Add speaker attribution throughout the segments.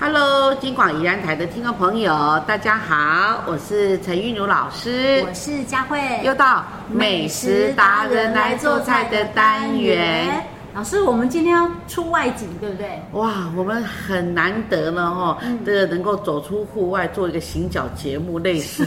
Speaker 1: Hello，金广宜兰台的听众朋友，大家好，我是陈韵如老师
Speaker 2: 我，是佳慧，
Speaker 1: 又到美食达人来做菜的单元。。
Speaker 2: 老师，我们今天要出外景，对不 对？
Speaker 1: 哇，我们很难得呢哦，这个能够走出户外做一个行脚节目，类似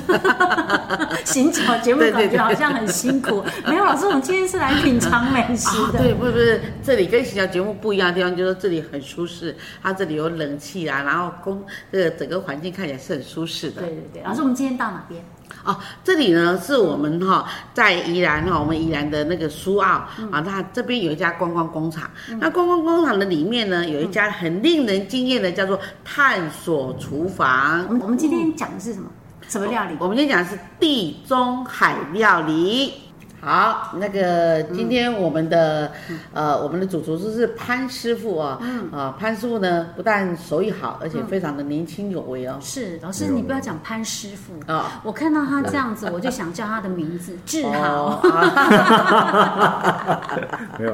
Speaker 2: 行脚节目
Speaker 1: 对对
Speaker 2: 感
Speaker 1: 对
Speaker 2: 觉好像很 辛苦，没有老师，我们今天是来品尝美食
Speaker 1: 啊，
Speaker 2: 的。
Speaker 1: 对，不是不是，这里跟行脚节目不一样的地方就是这里很舒适，它这里有冷气啊，然后工这个整个环境看起来是很舒适的
Speaker 2: 对。对对老师，我们今天到哪边？
Speaker 1: 哦，这里呢是我们哈、在宜兰哈、我们宜兰的那个苏澳、
Speaker 2: 嗯
Speaker 1: 啊，那这边有一家观光工厂，那观光工厂的里面呢有一家很令人惊艳的叫做探索厨房嗯
Speaker 2: 我。们我们今天讲的是什么？
Speaker 1: 哦
Speaker 2: 什么料理？
Speaker 1: 我们今天讲的是地中海料理。好，那个
Speaker 2: 嗯
Speaker 1: 今天我们的、呃，我们的主厨就是潘师傅啊、
Speaker 2: 嗯
Speaker 1: 啊、潘师傅呢不但手艺好，而且非常的年轻有为哦。
Speaker 2: 是老师，你不要讲潘师傅
Speaker 1: 哦
Speaker 2: 我看到他这样子，我就想叫他的名字志
Speaker 1: 哦啊
Speaker 2: 豪。
Speaker 3: 没有，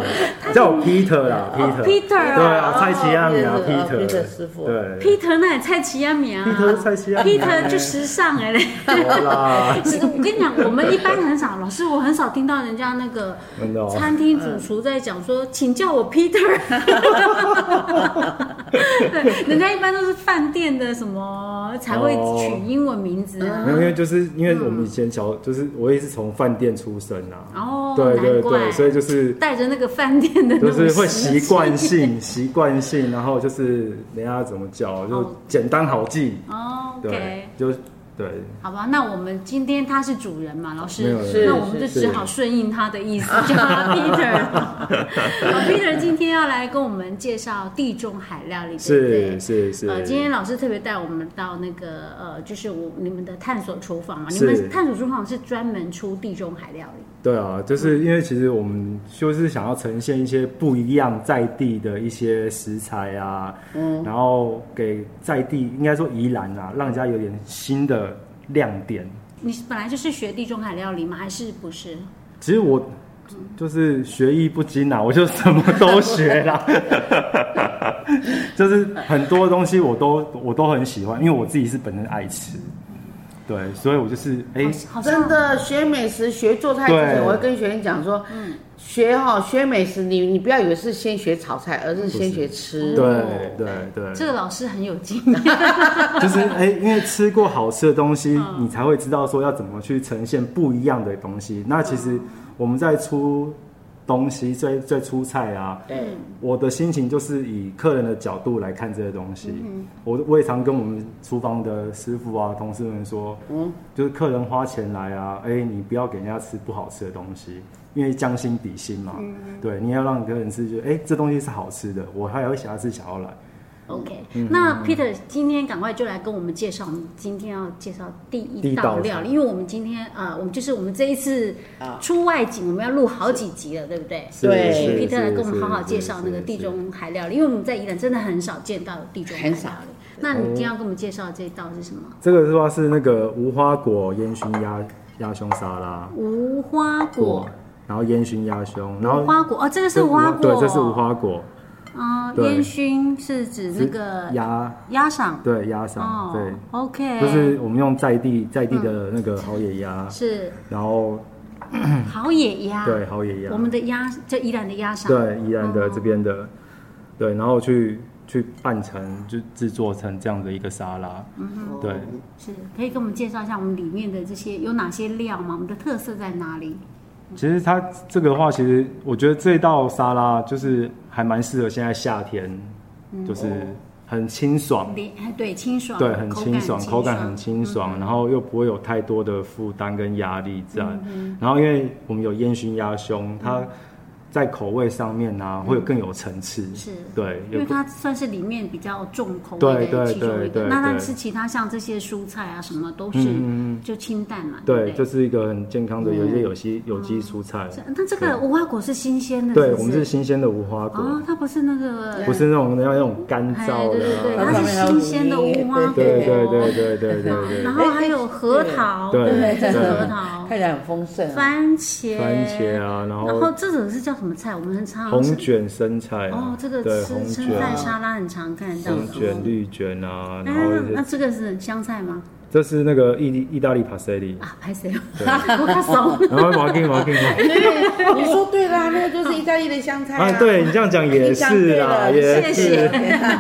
Speaker 3: 叫我 Peter 啦，Peter。
Speaker 2: 啊哦 Peter
Speaker 3: 对啊，蔡奇亚米啊
Speaker 1: 哦
Speaker 3: ，Peter。
Speaker 1: Peter 师傅
Speaker 3: 对。
Speaker 2: Peter 那也蔡奇亚米啊
Speaker 3: Peter 蔡奇亚米啊
Speaker 2: Peter 就时尚哎、嘞。
Speaker 3: 好啦，
Speaker 2: 是我跟你讲，我们一般很少，老师我很少听到人家那个
Speaker 3: 真的哦。
Speaker 2: 餐厅主厨在讲说，请叫我 Peter。对，人家一般都是饭店的什么才会
Speaker 3: 哦
Speaker 2: 取英文名字啊
Speaker 3: 没。有，因为就是因为我们以前小，就是我也是从饭店出生啊。
Speaker 2: 哦，
Speaker 3: 对对
Speaker 2: 难怪
Speaker 3: 对，所以就是
Speaker 2: 带着那个饭店的那
Speaker 3: 就
Speaker 2: 种
Speaker 3: 是会习惯
Speaker 2: 习气
Speaker 3: 性习惯性，然后就是人家怎么叫，就简单好记。
Speaker 2: 哦
Speaker 3: 对
Speaker 2: OK，，
Speaker 3: 就对，
Speaker 2: 好吧，那我们今天他是主人嘛，老
Speaker 3: 没
Speaker 2: 师
Speaker 3: 有，
Speaker 1: 是
Speaker 2: 那我们就是只好顺应他的意思，叫他 Peter。好，Peter 今天要来跟我们介绍地中海料理，对不对
Speaker 3: 是是是。
Speaker 2: 呃，今天老师特别带我们到那个呃，就是我你们的探索厨房嘛，你
Speaker 3: 是
Speaker 2: 们探索厨房是专门出地中海料理，
Speaker 3: 对啊，就是因为其实我们就是想要呈现一些不一样在地的一些食材啊，嗯，然后给在地应该说宜兰啊，让人家有点新的亮点。
Speaker 2: 你本来就是学地中海料理吗？还是不是？
Speaker 3: 其实我就是学艺不精啊，我就什么都学啦，就是很多东西我都我都很喜欢，因为我自己是本身爱吃，对，所以我就是哎、
Speaker 2: 好好像
Speaker 1: 真的学美食、学做菜之前，
Speaker 3: 对
Speaker 1: 我会跟学生讲说，学哈、学美食，你你不要以为是先学炒菜，而是先学吃。
Speaker 3: 对对对，
Speaker 2: 这个老师很有经验，
Speaker 3: 就是哎、因为吃过好吃的东西，你才会知道说要怎么去呈现不一样的东
Speaker 2: 嗯
Speaker 3: 西。那其实我们在出东西、在在出菜啊，
Speaker 1: 对，
Speaker 3: 我的心情就是以客人的角度来看这些东
Speaker 2: 嗯
Speaker 3: 西。我我也常跟我们厨房的师傅啊、同事们说，嗯，就是客人花钱来啊，哎、你不要给人家吃不好吃的东西，因为将心比心嘛。
Speaker 2: 嗯
Speaker 3: 对，你要让客人吃，就哎、这东西是好吃的，我还会想要吃，想要来。
Speaker 2: OK，、那
Speaker 3: 嗯
Speaker 2: Peter 今天赶快就来跟我们介绍，我们今天要介绍第
Speaker 3: 第
Speaker 2: 一
Speaker 3: 一
Speaker 2: 道
Speaker 3: 道
Speaker 2: 料理，因为我们今天呃，我们就是我们这一次
Speaker 1: 啊
Speaker 2: 出外景，我们要录好几集了，对不对？
Speaker 3: 是
Speaker 1: 对
Speaker 3: 是
Speaker 2: 请 Peter 来
Speaker 3: 是
Speaker 2: 跟我们
Speaker 3: 是
Speaker 2: 好好介
Speaker 3: 是
Speaker 2: 绍那个
Speaker 3: 是
Speaker 2: 地
Speaker 3: 是
Speaker 2: 中海料理，因为我们在宜兰真的很少见到地中海料
Speaker 1: 很
Speaker 2: 理
Speaker 1: 少。
Speaker 2: 那
Speaker 3: 哦
Speaker 2: 你今天要跟我们介绍这一道是什么？
Speaker 3: 这个的话是那个无花果烟熏鸭鸭胸沙拉
Speaker 2: 无花果，，
Speaker 3: 然后烟熏鸭胸，然
Speaker 2: 无
Speaker 3: 后
Speaker 2: 花果哦，这个是
Speaker 3: 这
Speaker 2: 无花果，
Speaker 3: 对，这是无。花果，
Speaker 2: 嗯，
Speaker 3: 对
Speaker 2: 烟熏是指那个
Speaker 3: 鸭，
Speaker 2: 鸭嗓
Speaker 3: 对鸭嗓，
Speaker 2: 呃哦
Speaker 3: 对，
Speaker 2: ，OK，嗯
Speaker 3: 就是我们用在地在地的那个好野鸭，
Speaker 2: 是
Speaker 3: 然后
Speaker 2: 好野鸭，
Speaker 3: 对好野鸭
Speaker 2: 我，们哦的鸭，就宜兰的鸭嗓，
Speaker 3: 对宜兰的这边的，对，然后去去拌成就制作成这样的一个沙拉，
Speaker 2: 嗯
Speaker 3: 对，
Speaker 2: 是可以给我们介绍一下我们里面的这些有哪些料吗？我们的特色在哪里？
Speaker 3: 其实它这个的话，其实我觉得这道沙拉就是还蛮适合现在夏天，就是很清爽。
Speaker 2: 连哎对嗯清爽，
Speaker 3: 哦
Speaker 2: 嗯
Speaker 3: 对，很清爽，口感
Speaker 2: 清
Speaker 3: 很清爽，然后又不会有太多的负担跟压力在。
Speaker 2: 嗯
Speaker 3: 然后因为我们有烟熏鸭胸，它在口味上面
Speaker 2: 嗯
Speaker 3: 啊，会有更有层次。
Speaker 2: 是
Speaker 3: 对，
Speaker 2: 因
Speaker 3: 有
Speaker 2: 为
Speaker 3: 更
Speaker 2: 它算是里面比较重口味的
Speaker 3: 对对
Speaker 2: 其中一
Speaker 3: 对
Speaker 2: 个。
Speaker 3: 对
Speaker 2: 那它
Speaker 3: 对
Speaker 2: 是其他像这些蔬菜啊什么都是就清淡嘛，
Speaker 3: 嗯对，
Speaker 2: 不对？
Speaker 3: 就是一个很健康的，有一些有机有机蔬菜。
Speaker 2: 是嗯那这个无花果是新鲜的，
Speaker 3: 对，
Speaker 2: 不
Speaker 3: 我们是新鲜的无花果
Speaker 2: 哦，，它不是那个
Speaker 3: 不是那种那种干
Speaker 2: 哎
Speaker 3: 燥
Speaker 2: 对
Speaker 3: 的
Speaker 2: 对对，
Speaker 3: 啊。
Speaker 2: 它
Speaker 1: 上面还有
Speaker 2: 是新鲜的无花果，
Speaker 3: 对对对对对对对
Speaker 2: 然。后还有核桃，
Speaker 3: 对
Speaker 2: 不对，这是
Speaker 3: 对
Speaker 2: 核桃，
Speaker 1: 看起来很丰盛啊。
Speaker 2: 番茄，
Speaker 3: 番茄啊，然
Speaker 2: 然
Speaker 3: 后
Speaker 2: 后这种是叫什么么菜？我们很常
Speaker 3: 红
Speaker 2: 吃
Speaker 3: 卷生菜啊、
Speaker 2: 哦，这个
Speaker 3: 对红
Speaker 2: 吃生
Speaker 3: 卷、
Speaker 2: 菜沙拉很常看到的。嗯
Speaker 3: 红卷、绿卷啊，
Speaker 2: 那
Speaker 3: 然后一
Speaker 2: 那
Speaker 3: 些
Speaker 2: 那这个是香菜吗？
Speaker 3: 这是那个意意大利帕塞利，
Speaker 2: 啊，拍谁？
Speaker 3: 对
Speaker 2: 我看怂。
Speaker 3: 然后马丁马丁，
Speaker 1: 对， 你说对啦，那个就是意大利的香菜
Speaker 3: 啊，对 你这样讲也是啦，
Speaker 1: 你讲对了
Speaker 3: 也
Speaker 2: 谢谢
Speaker 3: 是。。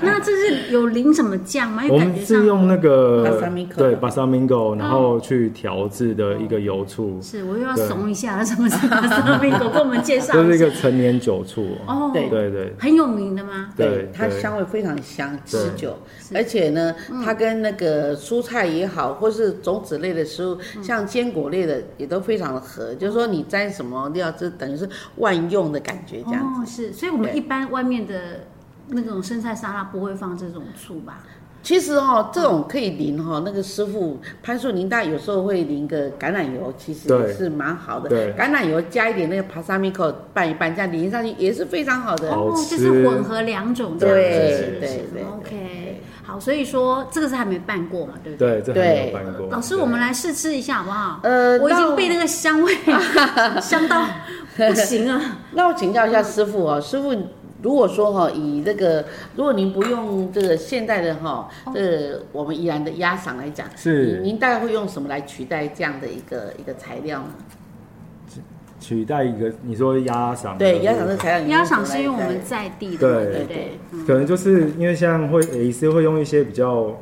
Speaker 2: 那这是有淋什么酱吗？因
Speaker 3: 我
Speaker 2: 为感
Speaker 3: 们
Speaker 2: 觉
Speaker 3: 是
Speaker 2: 上
Speaker 3: 用那个
Speaker 1: Balsamico
Speaker 3: 对 b a s a m i n g o
Speaker 2: 嗯
Speaker 3: 然后去调制的一个油醋，
Speaker 2: 是我又要
Speaker 3: 对
Speaker 2: 怂一下，什么什么什么，狗给我们介绍
Speaker 3: 这是
Speaker 2: 一
Speaker 3: 一
Speaker 2: 下
Speaker 3: 个。陈年酒醋。
Speaker 2: 哦，
Speaker 1: 对
Speaker 3: 对对
Speaker 2: 很有名的吗？
Speaker 3: 对，
Speaker 1: 它
Speaker 3: 对
Speaker 1: 香味非常香，
Speaker 3: 对
Speaker 1: 持久，而且呢，它跟那个蔬菜也好，或是种子类的食物，像坚果类的也都非常的合，就是说你沾什么料，就等于是万用的感觉这样。
Speaker 2: 哦，是，所以我们
Speaker 1: 对
Speaker 2: 一般外面的那种生菜沙拉不会放这种醋吧？
Speaker 1: 其实哦，这种可以淋哈、哦，那个师傅潘树林大有时候会淋个橄榄油，其实
Speaker 3: 对
Speaker 1: 也是蛮好的。
Speaker 3: 对
Speaker 1: 橄榄油加一点那个帕萨米口拌一拌，这样淋上去也是非常好的。
Speaker 3: 好
Speaker 2: 哦，就
Speaker 3: 吃
Speaker 2: 是混合两种的，
Speaker 1: 对
Speaker 3: 对
Speaker 1: 对对
Speaker 2: OK，好，所以说这个是还没拌过嘛，对不对？
Speaker 3: 对，这还没
Speaker 1: 对
Speaker 3: 有办过。
Speaker 2: 老师，
Speaker 3: 对
Speaker 2: 我们来试吃一下好不好？
Speaker 1: 呃
Speaker 2: 我已
Speaker 1: 那
Speaker 2: 经
Speaker 1: 我
Speaker 2: 被那个香味 香到不行啊了。
Speaker 1: 那我请教一下师傅哦，师傅，如果说哈、以那个，如果您不用这个现代的哈、
Speaker 2: 哦
Speaker 1: 呃，我们宜兰的鸭嗓来讲，
Speaker 3: 是
Speaker 1: 您您大概会用什么来取代这样的一个一个材料呢？
Speaker 3: 取代一个，你说鸭嗓的
Speaker 1: 对，
Speaker 3: 部
Speaker 1: 鸭嗓的
Speaker 3: 分
Speaker 1: 材料，您
Speaker 2: 鸭
Speaker 1: 用什么
Speaker 2: 嗓是
Speaker 1: 来
Speaker 2: 因为我们
Speaker 1: 代
Speaker 2: 在地的嘛，
Speaker 3: 对
Speaker 2: 对不
Speaker 1: 对
Speaker 2: 对？
Speaker 3: 可能就是因为像会也是会用一些比较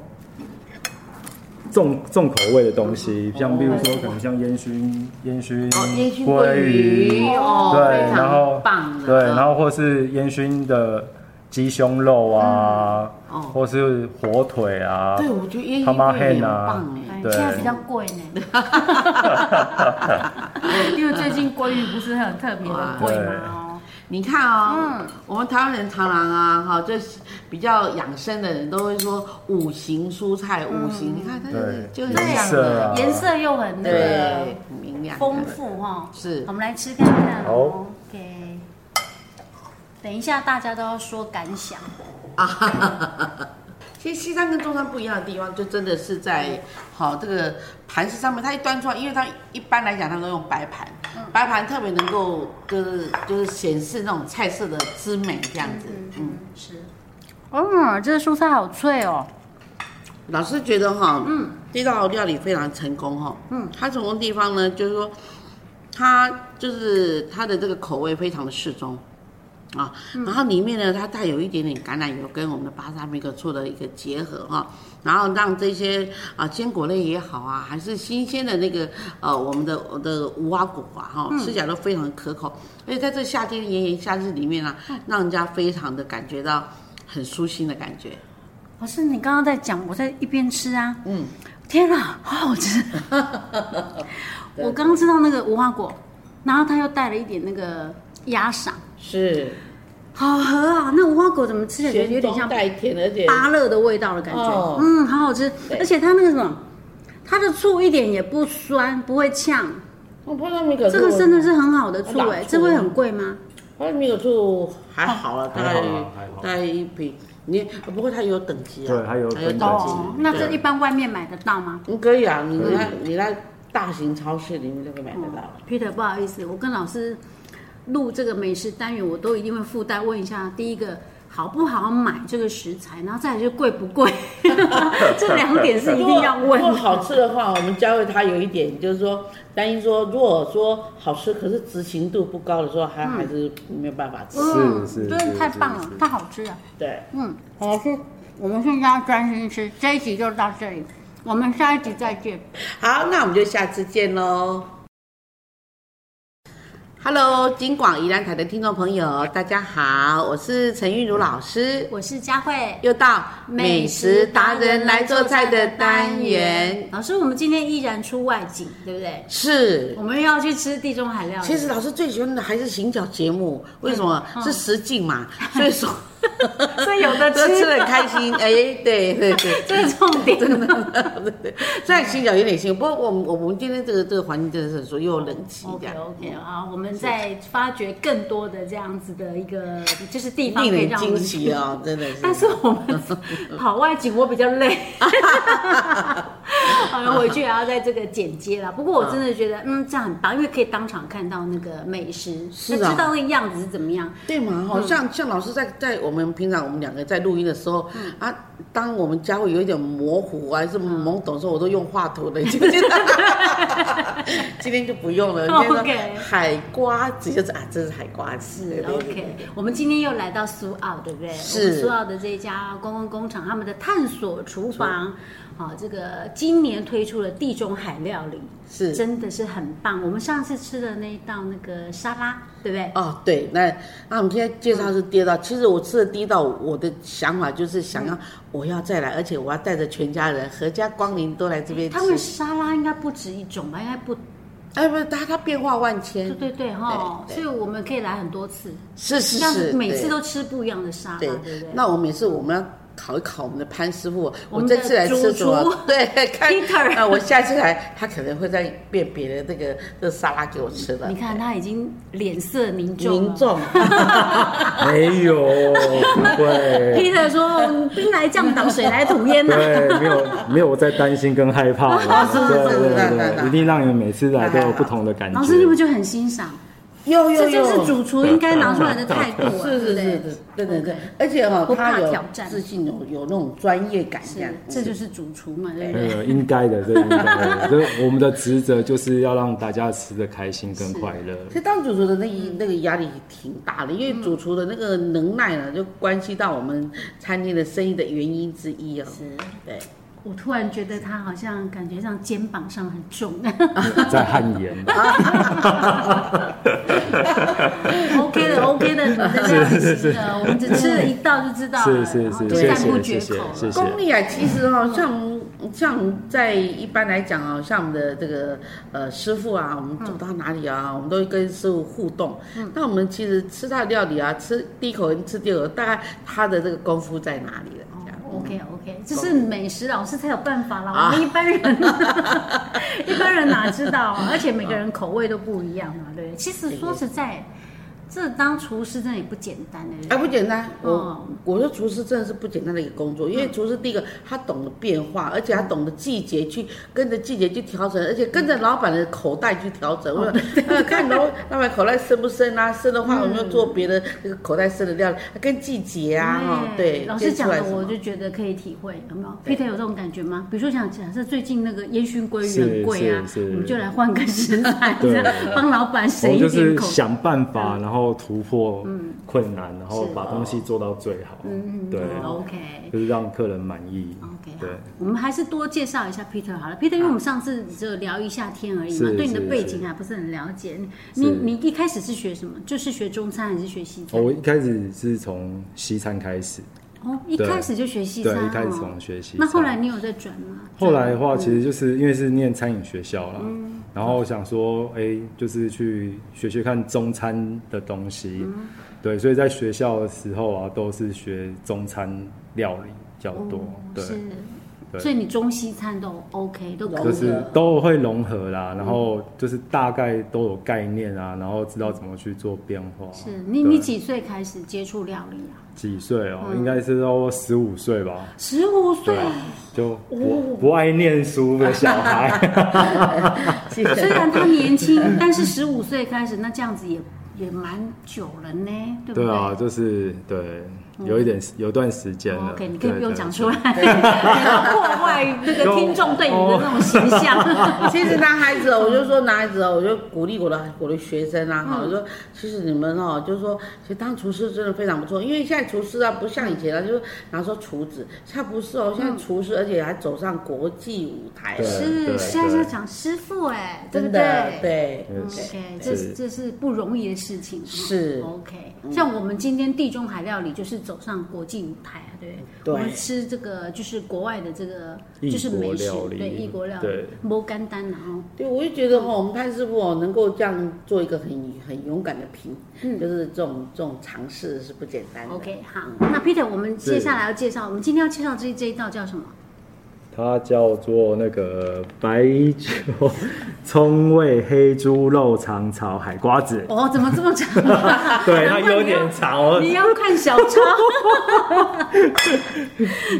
Speaker 3: 重重口味的东西，像比如说可能像烟熏烟熏
Speaker 1: 哦烟熏鲑
Speaker 3: 嗯鲑
Speaker 1: 鱼哦，
Speaker 3: 对，
Speaker 1: 非
Speaker 3: 然后
Speaker 1: 常棒的，
Speaker 3: 对，
Speaker 1: 嗯
Speaker 3: 然后或是烟熏的鸡胸肉啊，
Speaker 1: 哦
Speaker 3: 或是火腿啊，
Speaker 1: 对，我觉得烟熏
Speaker 3: 他妈
Speaker 1: 鲑鱼很
Speaker 3: 很啊
Speaker 1: 棒
Speaker 4: 哎
Speaker 1: 哎。
Speaker 3: 对
Speaker 4: 现在比较贵呢，
Speaker 1: 哎
Speaker 4: 因为最近鲑鱼不是很特别的贵吗？
Speaker 1: 你看哦，
Speaker 4: 嗯
Speaker 1: 我们台湾人常常啊，哈，就比较养生的人都会说五行蔬菜，五
Speaker 4: 嗯
Speaker 1: 行，你看它就是
Speaker 3: 对
Speaker 1: 就是这
Speaker 3: 颜
Speaker 1: 样
Speaker 3: 色
Speaker 1: 的
Speaker 3: 啊
Speaker 4: 哦，颜色又很那个
Speaker 1: 对，很明亮，
Speaker 4: 丰富
Speaker 2: 哦
Speaker 4: 哈。
Speaker 1: 是
Speaker 4: 我们来吃看看
Speaker 3: 好
Speaker 4: 哦。OK，等一下大家都要说感想。
Speaker 1: 啊。其实西餐跟中餐不一样的地方，就真的是在好这个盘子上面，它一端出来，因为它一般来讲，他们都用白盘，白盘特别能够就是就是显示那种菜色的之美这样子。
Speaker 4: 嗯，
Speaker 1: 嗯，
Speaker 4: 是。哦，这个蔬菜好脆哦。
Speaker 1: 老师觉得哈，嗯，这道料理非常成功哈，嗯，它成功的地方呢，就是说，它就是它的这个口味非常的适中，啊，然后里面呢，它带有一点点橄榄油跟我们的巴萨米克做的一个结合哈、然后让这些啊坚果类也好啊，还是新鲜的那个呃我们的我的无花果啊哈、吃起来都非常可口，而且在这夏天炎炎夏日里面啊，让人家非常的感觉到很舒心的感觉，
Speaker 4: 老师，你刚刚在讲，我在一边吃啊。
Speaker 1: 嗯。
Speaker 4: 天啊，好好 吃！我刚刚吃到那个无花果，然后它又带了一点那个鸭嗓，
Speaker 1: 是。
Speaker 4: 好合啊！那无花果怎么吃起来觉得有点像
Speaker 1: 带甜，而且
Speaker 4: 芭乐的味道的感觉，
Speaker 1: 哦
Speaker 4: 嗯，好好吃
Speaker 1: 对，
Speaker 4: 而且它那个什么，它的醋一点也不酸，不会呛，
Speaker 1: 我哦泡上米可醋，
Speaker 4: 这个真的是很好的醋
Speaker 1: 打醋
Speaker 4: 哎、这会很贵吗？
Speaker 1: 泡上米可醋还好啊了，大
Speaker 3: 还
Speaker 1: 概
Speaker 3: 好啦还好
Speaker 1: 大概一瓶。你不过它有等级啊，
Speaker 3: 对它有
Speaker 1: 它有
Speaker 3: 分
Speaker 1: 等
Speaker 3: 等级
Speaker 1: 级
Speaker 3: 哦。
Speaker 4: 那
Speaker 1: 对
Speaker 4: 这一般外面买得到吗
Speaker 1: 你可以啊，你那你那大型超市里面就可以买得
Speaker 4: 嗯
Speaker 1: 到。
Speaker 2: 嗯 Peter，不好意思，我跟老师录这个美食单元，我都一定会附带问一下，第一个好不好买这个食材，然后再来就贵不贵， 这两点是一定要
Speaker 1: 如果
Speaker 2: 问
Speaker 1: 如果
Speaker 2: 的。
Speaker 1: 好吃的话，我们教会它有一点，就是说担心说，如果说好吃，可是执行度不高的时候，还
Speaker 4: 嗯
Speaker 1: 还是没有办法吃。
Speaker 3: 是是
Speaker 4: 真的
Speaker 3: 是
Speaker 4: 太
Speaker 3: 是
Speaker 4: 棒了
Speaker 3: 是，
Speaker 4: 太好吃了。
Speaker 1: 对，
Speaker 4: 嗯，好吃。我们现在要专心吃，这一集就到这里，我们下一集再见。
Speaker 1: 好，那我们就下次见喽。Hello，金广宜兰台的听众朋友，大家好，我是陈韵如老师，
Speaker 2: 我是佳慧，
Speaker 1: 又到美食达人来做菜的单元，
Speaker 2: 老师，我们今天依然出外景，对不对？
Speaker 1: 是
Speaker 2: 我。们要去吃地中海料理。
Speaker 1: 其实老师最喜欢的还是行脚节目，为什么？是实境嘛，所以说，
Speaker 2: 嗯 所以有 的
Speaker 1: 都
Speaker 2: 吃
Speaker 1: 吃的开心。哎，对对 对，
Speaker 2: 这是重 点。
Speaker 1: 真的，对对。虽然行脚有点辛苦，不过我们我们今天这个这个环境真的是很说又冷气这
Speaker 2: OK
Speaker 1: 样。
Speaker 2: OK 啊，我们再发掘更多的这样子的一个就是地方
Speaker 1: 令
Speaker 2: 可以
Speaker 1: 人
Speaker 2: 让我
Speaker 1: 惊
Speaker 2: 们啊
Speaker 1: 喜啊哦，真的是。
Speaker 2: 但是我们跑外景我比较累， 好了，回去还要在这个剪接啦。不过我真的觉得，嗯，这样很棒，因为可以当场看到那个美食，
Speaker 1: 是啊
Speaker 2: 就知道那个样子是怎么样。
Speaker 1: 对嘛？好
Speaker 2: 嗯
Speaker 1: 像像老师在在我们平常我们两个在录音的时候啊，
Speaker 2: 嗯
Speaker 1: 当我们家会有一点模糊啊还是懵懂的时候，我都用画 图的。已经今天就不用 了，今天
Speaker 2: OK
Speaker 1: 说海瓜子就是啊，这是海瓜子。
Speaker 2: 是
Speaker 1: 对对对
Speaker 2: OK，我们今天又来到苏澳，对不对？
Speaker 1: 是
Speaker 2: 我们苏澳的这一家观光工厂，他们的探索厨房，好、这个今年推出了地中海料理，
Speaker 1: 是
Speaker 2: 真的是很棒。我们上次吃的那一道那个沙拉，对不对？
Speaker 1: 哦，对，那那我们现在介绍是第二道。其实我吃的第一道，我的想法就是想
Speaker 2: 嗯
Speaker 1: 要我要再来，而且我要带着全家人合家光临都来这边吃
Speaker 2: 他。们沙拉应该不止一种吧？应该不，
Speaker 1: 哎，不是，它它变化万
Speaker 2: 对
Speaker 1: 千，
Speaker 2: 对对哈，
Speaker 1: 对
Speaker 2: 所以我们可以来很多次，
Speaker 1: 是是
Speaker 2: 这样
Speaker 1: 是，
Speaker 2: 子每次
Speaker 1: 对
Speaker 2: 都吃不一样的沙拉，对
Speaker 1: 对
Speaker 2: 不对？
Speaker 1: 那我每次我们要考一考我们的潘师傅，
Speaker 2: 我
Speaker 1: 我
Speaker 2: 们的
Speaker 1: 这次来吃什
Speaker 2: 主
Speaker 1: 么
Speaker 2: 厨？
Speaker 1: 对， 看
Speaker 2: Peter
Speaker 1: 那我下次来，他可能会再变别的那个这沙拉给我吃的
Speaker 2: 你。看他已经脸色凝重了。
Speaker 1: 民众，
Speaker 3: 没有，不会，
Speaker 2: Peter 说：“嗯兵来将挡，水来土掩呐、
Speaker 3: 对，没有没有，我在担心跟害怕了，
Speaker 1: 哦是是是
Speaker 3: 对
Speaker 1: 那那
Speaker 3: 对
Speaker 1: 那
Speaker 3: 对，一定让你们每次来都有不同的感觉
Speaker 2: 老。师，你们就很欣赏，
Speaker 1: 有有
Speaker 2: 这就
Speaker 1: 有，
Speaker 2: 是主厨应该拿出来的态度、啊，
Speaker 1: 是是是
Speaker 2: 对
Speaker 1: 是
Speaker 2: 不对？，
Speaker 1: 对对对
Speaker 2: OK，
Speaker 1: 而且哈，
Speaker 2: 不怕
Speaker 1: 他有
Speaker 2: 挑战
Speaker 1: 自信，有有那种专业感，这样嗯
Speaker 2: 是，这就是主厨嘛，对不对？
Speaker 3: 呃，应该的，这应该的，这我们的职责就是要让大家吃的开心跟快乐。
Speaker 1: 其实当主厨的那
Speaker 2: 嗯
Speaker 1: 一那个压力挺大的，因为主厨的那个能耐呢，就关系到我们餐厅的生意的原因之一哦。
Speaker 2: 是
Speaker 1: 对，
Speaker 2: 我突然觉得他好像感觉上肩膀上很 重。
Speaker 3: 在汗颜吧，
Speaker 2: OK 的，OK 的，你们的料理是的，我们只吃了一道就知道了，
Speaker 3: 是是
Speaker 2: 然后
Speaker 3: 是
Speaker 2: 就
Speaker 1: 谢
Speaker 2: 赞不
Speaker 3: 谢
Speaker 2: 绝
Speaker 3: 谢谢
Speaker 2: 口了。
Speaker 3: 谢谢。
Speaker 1: 功力啊，其实哦，像像在一般来讲啊、哦，像我们的这个呃师傅啊，我们走到哪里啊，我们都会跟师傅互动。
Speaker 3: 嗯
Speaker 1: 那我们其实吃他的料理啊，吃第一口跟吃第二口，大概他的这个功夫在哪里了？这样
Speaker 2: OK OK，这是美食老师才有办法啦，
Speaker 1: 啊
Speaker 2: 我们一般人， 一般人哪知道啊？而且每个人口味都不一样嘛，对不对？其实说实在，这当厨师真的也不简单的。
Speaker 3: 啊
Speaker 1: 哎，不简单，我、
Speaker 2: 哦
Speaker 1: 我说厨师真的是不简单的一个工作，因
Speaker 2: 嗯
Speaker 1: 为厨师第一个他懂得变化，而且他懂得季节去跟着季节去调整，而且跟着老板的口袋去调
Speaker 2: 嗯
Speaker 1: 整。
Speaker 2: 哦
Speaker 1: 我、呃、看老老板口袋深不深啊，深的
Speaker 2: 嗯
Speaker 1: 话我们要做别的那个口袋深的料理，跟季节啊，哈、
Speaker 3: 哦
Speaker 2: 哎
Speaker 1: 对，
Speaker 2: 老师讲
Speaker 1: 跟
Speaker 2: 的
Speaker 1: 出来什么
Speaker 2: 我就觉得可以体会，有没有
Speaker 1: 对
Speaker 2: ？Peter 有这种感觉吗？比如说像假设最近那个烟熏鲑鱼很
Speaker 3: 是
Speaker 2: 贵啊
Speaker 3: 是，是
Speaker 2: 我们就来换个食材，
Speaker 3: 对
Speaker 2: 这样帮老板
Speaker 3: 我
Speaker 2: 省
Speaker 3: 们
Speaker 2: 一
Speaker 3: 就是
Speaker 2: 点口。
Speaker 3: 想办法，然后突破困难，然后
Speaker 2: 是
Speaker 3: 把东西做到最好。嗯，对，
Speaker 2: OK。
Speaker 3: 就是让客人满意。
Speaker 2: OK，好
Speaker 3: 对，，
Speaker 2: 我们还是多介绍一下 Peter 好了。Peter，因为我们上次只有聊一下天而已嘛，
Speaker 3: 是
Speaker 2: 对你的
Speaker 3: 是
Speaker 2: 背
Speaker 3: 是
Speaker 2: 景啊还不是很了解。你
Speaker 3: 是
Speaker 2: 你一开始是学什么？就是学中餐还是学西餐？
Speaker 3: 哦我一开始是从西餐开始，
Speaker 2: 哦，一
Speaker 3: 对
Speaker 2: 开始就学西
Speaker 3: 对
Speaker 2: 餐，
Speaker 3: 一开始
Speaker 2: 哦
Speaker 3: 从学西餐
Speaker 2: 那后来你有在转吗？
Speaker 3: 后来的
Speaker 2: 啊
Speaker 3: 话，其实就是因为是念餐饮学校啦，
Speaker 2: 嗯
Speaker 3: 然后想说，哎、就是去学学看中餐的东西，
Speaker 2: 嗯
Speaker 3: 对，所以在学校的时候啊，都是学中餐料理较多，对，
Speaker 2: 哦是，
Speaker 3: 对
Speaker 2: 所以你中西餐都 OK，都可
Speaker 3: 就
Speaker 2: 以。
Speaker 3: 是都会融合啦，
Speaker 2: 嗯
Speaker 3: 然后就是大概都有概念啊，然后知道怎么去做变化。
Speaker 2: 是你
Speaker 3: 对
Speaker 2: 你几岁开始接触料理啊？
Speaker 3: 几岁哦？应该是都十五岁吧，
Speaker 2: 十五岁
Speaker 3: 对，，啊就
Speaker 2: 哦
Speaker 3: 不不爱念书的小孩。
Speaker 1: 谢谢
Speaker 2: 虽然他年轻，但是十五岁开始，那这样子也也蛮久了呢，对不嗯
Speaker 3: 对啊，就是对，有一点有段时间了。
Speaker 2: 哦 OK，你可以不用讲出
Speaker 3: 来。
Speaker 2: 来， 破坏那个听众对你的那种形象。
Speaker 1: 其实男孩子哦，我就说男孩子哦，我就鼓励我的我的学生啊，哈、我说其实你们哦，就是说，其实当厨师真的非常不错，因为现在厨师啊，不像以前啊，就是拿说厨子，现在不是哦，现在厨师，而且还走上国际舞台了，
Speaker 3: 对
Speaker 2: 是，
Speaker 3: 对
Speaker 2: 现在是讲师傅哎，对不
Speaker 1: 真的嗯
Speaker 2: 对？
Speaker 1: 对，
Speaker 3: 对
Speaker 2: OK，这是
Speaker 3: 是
Speaker 2: 这是不容易的事情。啊哦
Speaker 1: 是
Speaker 2: OK，像我们今天地中海料理就是走上国际舞台啊，对不
Speaker 1: 对
Speaker 2: 我们吃这个就是国外的这个
Speaker 3: 异国
Speaker 2: 就是美食
Speaker 3: 料，理
Speaker 2: 对异国料理
Speaker 3: 对，
Speaker 2: 不简单啊哦然后
Speaker 1: 对，我就觉得哈、我们潘师傅哦，能够这样做一个很很勇敢的评，就是这种这种尝试是不简单的。
Speaker 2: OK 好，那 Peter，我们接下来要介绍，我们今天要介绍这这一道叫什么？
Speaker 3: 它叫做那个白酒葱味黑猪肉肠炒海瓜子。
Speaker 2: 哦，怎么这么长、啊？
Speaker 3: 对，它有点长 哦。
Speaker 2: 你要看小抄。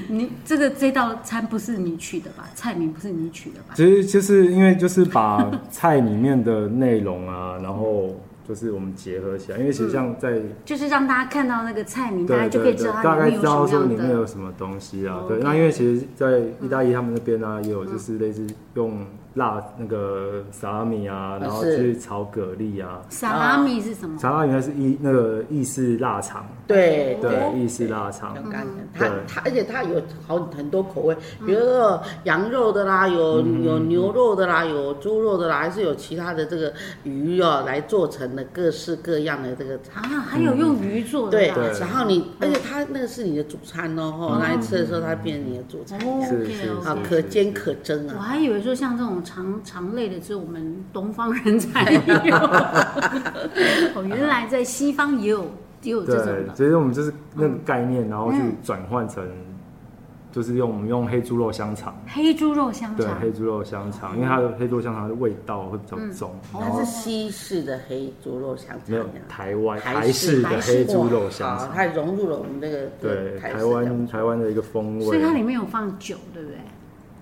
Speaker 2: 你这个这道餐不是你取的吧？菜名不是你取的吧？
Speaker 3: 其实就是因为就是把菜里面的内容啊，然后就是我们结合起来，因为其实像在
Speaker 2: 就是让大家看到那个菜名，大家
Speaker 3: 对
Speaker 2: 就
Speaker 3: 对
Speaker 2: 可以
Speaker 3: 对，
Speaker 2: 知道
Speaker 3: 大
Speaker 2: 它
Speaker 3: 概
Speaker 2: 里面
Speaker 3: 知
Speaker 2: 有
Speaker 3: 道
Speaker 2: 什
Speaker 3: 说里
Speaker 2: 么
Speaker 3: 面
Speaker 2: 样
Speaker 3: 有
Speaker 2: 的。哦
Speaker 3: 什么东西啊。
Speaker 2: OK 嗯
Speaker 3: 对，那因为其实，在意大利他们那边呢、也有就是类似用辣那个萨拉米啊，然后
Speaker 1: 是
Speaker 3: 去炒蛤蜊啊。
Speaker 2: 萨拉米是什么？
Speaker 3: 萨拉米它是意那个意式腊肠，
Speaker 1: 对
Speaker 2: 哦
Speaker 3: 对，意式腊肠。
Speaker 2: 嗯
Speaker 1: 很干净。它
Speaker 3: 对
Speaker 1: 它而且它有好很多口味，比如说羊肉的啦，有
Speaker 3: 嗯
Speaker 1: 有牛肉的啦，有猪肉的啦，还是有其他的这个鱼哦来做成的各式各样的这个
Speaker 2: 啊，还
Speaker 3: 嗯
Speaker 2: 有用鱼做的
Speaker 1: 对
Speaker 2: 啊。，
Speaker 3: 对
Speaker 1: 然后你，而且它那个是你的主餐哦，吼，那一次的时候它变成你的主餐，
Speaker 2: 哦
Speaker 3: 是
Speaker 2: ，OK
Speaker 3: 是
Speaker 2: 哦。
Speaker 1: 啊
Speaker 3: 是，
Speaker 1: 可
Speaker 3: 是
Speaker 1: 煎可蒸
Speaker 2: 我
Speaker 1: 啊，
Speaker 2: 还以为说像这种肠肠类的，只有我们东方人才 有。哦，原来在西方也有也有这
Speaker 3: 对
Speaker 2: 种，的。嗯
Speaker 3: 其实我们就是那个概念，然后去转换成，就是用我们用黑猪肉香肠，
Speaker 2: 黑猪肉香
Speaker 3: 对，
Speaker 2: 肠，嗯
Speaker 3: 黑猪肉香肠，因为它的黑猪肉香肠的味道会比较重，
Speaker 2: 哦
Speaker 3: 然
Speaker 1: 它
Speaker 3: 后
Speaker 1: 是西式的黑猪肉香
Speaker 3: 没有
Speaker 1: 肠，
Speaker 3: 台湾
Speaker 1: 台
Speaker 3: 台
Speaker 1: 式
Speaker 3: 式的黑猪肉香
Speaker 1: 哇好
Speaker 3: 肠，
Speaker 1: 它融入了我们这个这个
Speaker 3: 对，
Speaker 1: 台式
Speaker 3: 台
Speaker 1: 的
Speaker 3: 湾台湾的一个风
Speaker 2: 所以它里
Speaker 3: 味，
Speaker 2: 面有放酒，对不对？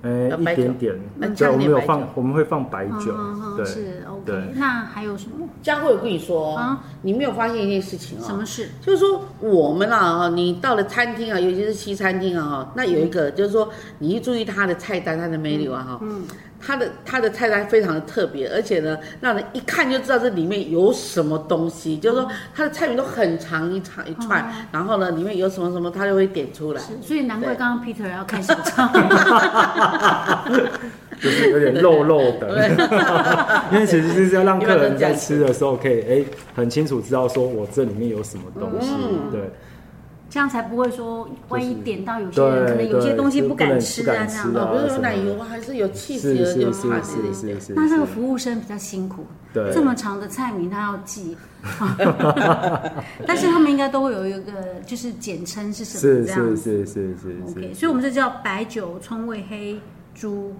Speaker 3: 呃，
Speaker 1: 有
Speaker 3: 一
Speaker 1: 白酒
Speaker 3: 点点
Speaker 1: 那，
Speaker 3: 对，
Speaker 1: 加
Speaker 3: 我们
Speaker 1: 点
Speaker 3: 有
Speaker 1: 白酒
Speaker 3: 放，我们会放白酒
Speaker 2: 嗯嗯，嗯
Speaker 3: 对，
Speaker 2: 是
Speaker 3: 对
Speaker 2: OK。那还有什么？
Speaker 1: 佳慧，我跟你说哦
Speaker 2: 啊，
Speaker 1: 你没有发现一件事情
Speaker 3: 啊
Speaker 2: 什
Speaker 1: 哦
Speaker 2: 么，事？
Speaker 1: 就是说我们啊，哈你到了餐厅啊，尤其是西餐厅啊，哈，那有一个就是说，你一注意它的菜单，它的 menu 啊，哈，
Speaker 2: 嗯，
Speaker 1: 它的它的菜单非常的特别，而且呢，让人一看就知道这里面有什么东西。就是
Speaker 2: 嗯
Speaker 1: 说，它的菜名都很长一长一串，然后呢，里面有什么什么，它就会点出来。
Speaker 2: 哦是，所以难怪刚刚 Peter 要看小张，
Speaker 3: 就是有点肉肉的， 因为其实就是要让客人在吃的时候 可以哎、很清楚知道说我这里面有什么东西，
Speaker 2: 嗯
Speaker 3: 对
Speaker 2: 这样才不会说万一点到有些
Speaker 3: 对
Speaker 2: 人可能有些
Speaker 3: 对
Speaker 2: 东西
Speaker 3: 就
Speaker 2: 不
Speaker 3: 不能
Speaker 2: 敢
Speaker 3: 不
Speaker 2: 吃啊
Speaker 3: 敢
Speaker 2: 这
Speaker 3: 吃
Speaker 2: 样。
Speaker 3: 啊
Speaker 1: 哦，不是有
Speaker 3: 什么
Speaker 1: 奶油啊，还是有气
Speaker 3: 是
Speaker 1: 质
Speaker 3: 是
Speaker 1: 就是怕你
Speaker 3: 是是是，
Speaker 2: 那这个
Speaker 3: 是
Speaker 2: 服务生比较辛苦，
Speaker 3: 对
Speaker 2: 这么长的菜名他要 记，但是他们应该都会有一个就是简称是什么
Speaker 3: 是
Speaker 2: 这样
Speaker 3: 是
Speaker 2: 子。
Speaker 3: 是是是
Speaker 2: OK，
Speaker 3: 是
Speaker 2: 所以我们这叫白酒葱味黑猪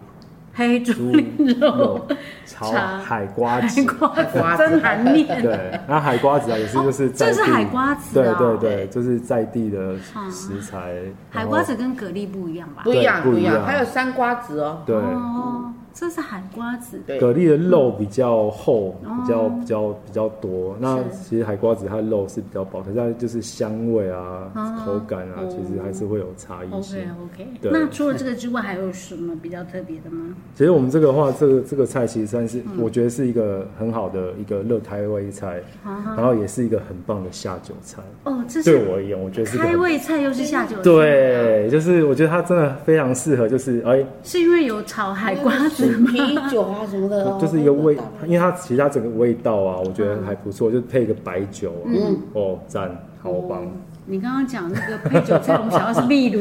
Speaker 2: 黑猪
Speaker 3: 猪
Speaker 2: 令
Speaker 3: 肉炒
Speaker 2: 茶
Speaker 3: 海瓜
Speaker 2: 海
Speaker 3: 子。
Speaker 2: 瓜子
Speaker 1: 瓜，子
Speaker 2: 真难念。
Speaker 3: 对，然后海瓜子啊，也是
Speaker 2: 哦
Speaker 3: 就是在地，
Speaker 2: 这是海瓜子
Speaker 3: 对
Speaker 2: 啊嗯
Speaker 3: 对
Speaker 1: 对
Speaker 3: 对，就是在地的食材。
Speaker 2: 海瓜子跟蛤蜊不一样吧？
Speaker 1: 不一样
Speaker 3: 对
Speaker 1: 不一
Speaker 3: 不一
Speaker 1: 样，
Speaker 3: 样
Speaker 1: 还有三瓜子 哦。
Speaker 3: 然后
Speaker 2: 哦，这是海瓜子。
Speaker 1: 对
Speaker 3: 对，蛤蜊的肉比较厚，比较比较比较多。那
Speaker 2: 哦是
Speaker 3: 其实海瓜子它的肉是比较薄，可是它就是香味啊、口感啊，其实还是会有差异性
Speaker 2: 哦 OK。OK，
Speaker 3: 对
Speaker 2: 那除了这个之外，还有什么比较特别的吗？
Speaker 3: 其实我们这个的话，这个这个菜其实算是、
Speaker 2: 嗯
Speaker 3: 我觉得是一个很好的一个热开胃菜，然后也是一个很棒的下酒菜。
Speaker 2: 哦，啊这
Speaker 3: 对
Speaker 2: 是
Speaker 3: 我而言，我觉得是一个
Speaker 2: 开
Speaker 3: 很
Speaker 2: 胃菜，又是下酒菜。，
Speaker 3: 对，就是我觉得它真的非常适合，就是哎、
Speaker 2: 是因为有炒海瓜子
Speaker 1: 水啤酒啊什么
Speaker 2: 嗯
Speaker 1: 的哦，
Speaker 3: 就是一个味
Speaker 1: 那大，
Speaker 3: 因为它其实它整个味道啊，我觉得
Speaker 2: 嗯
Speaker 3: 还不错，就配一个白酒啊，哦，赞，好棒。
Speaker 2: 你刚刚讲那个配酒菜，我们想要是秘鲁，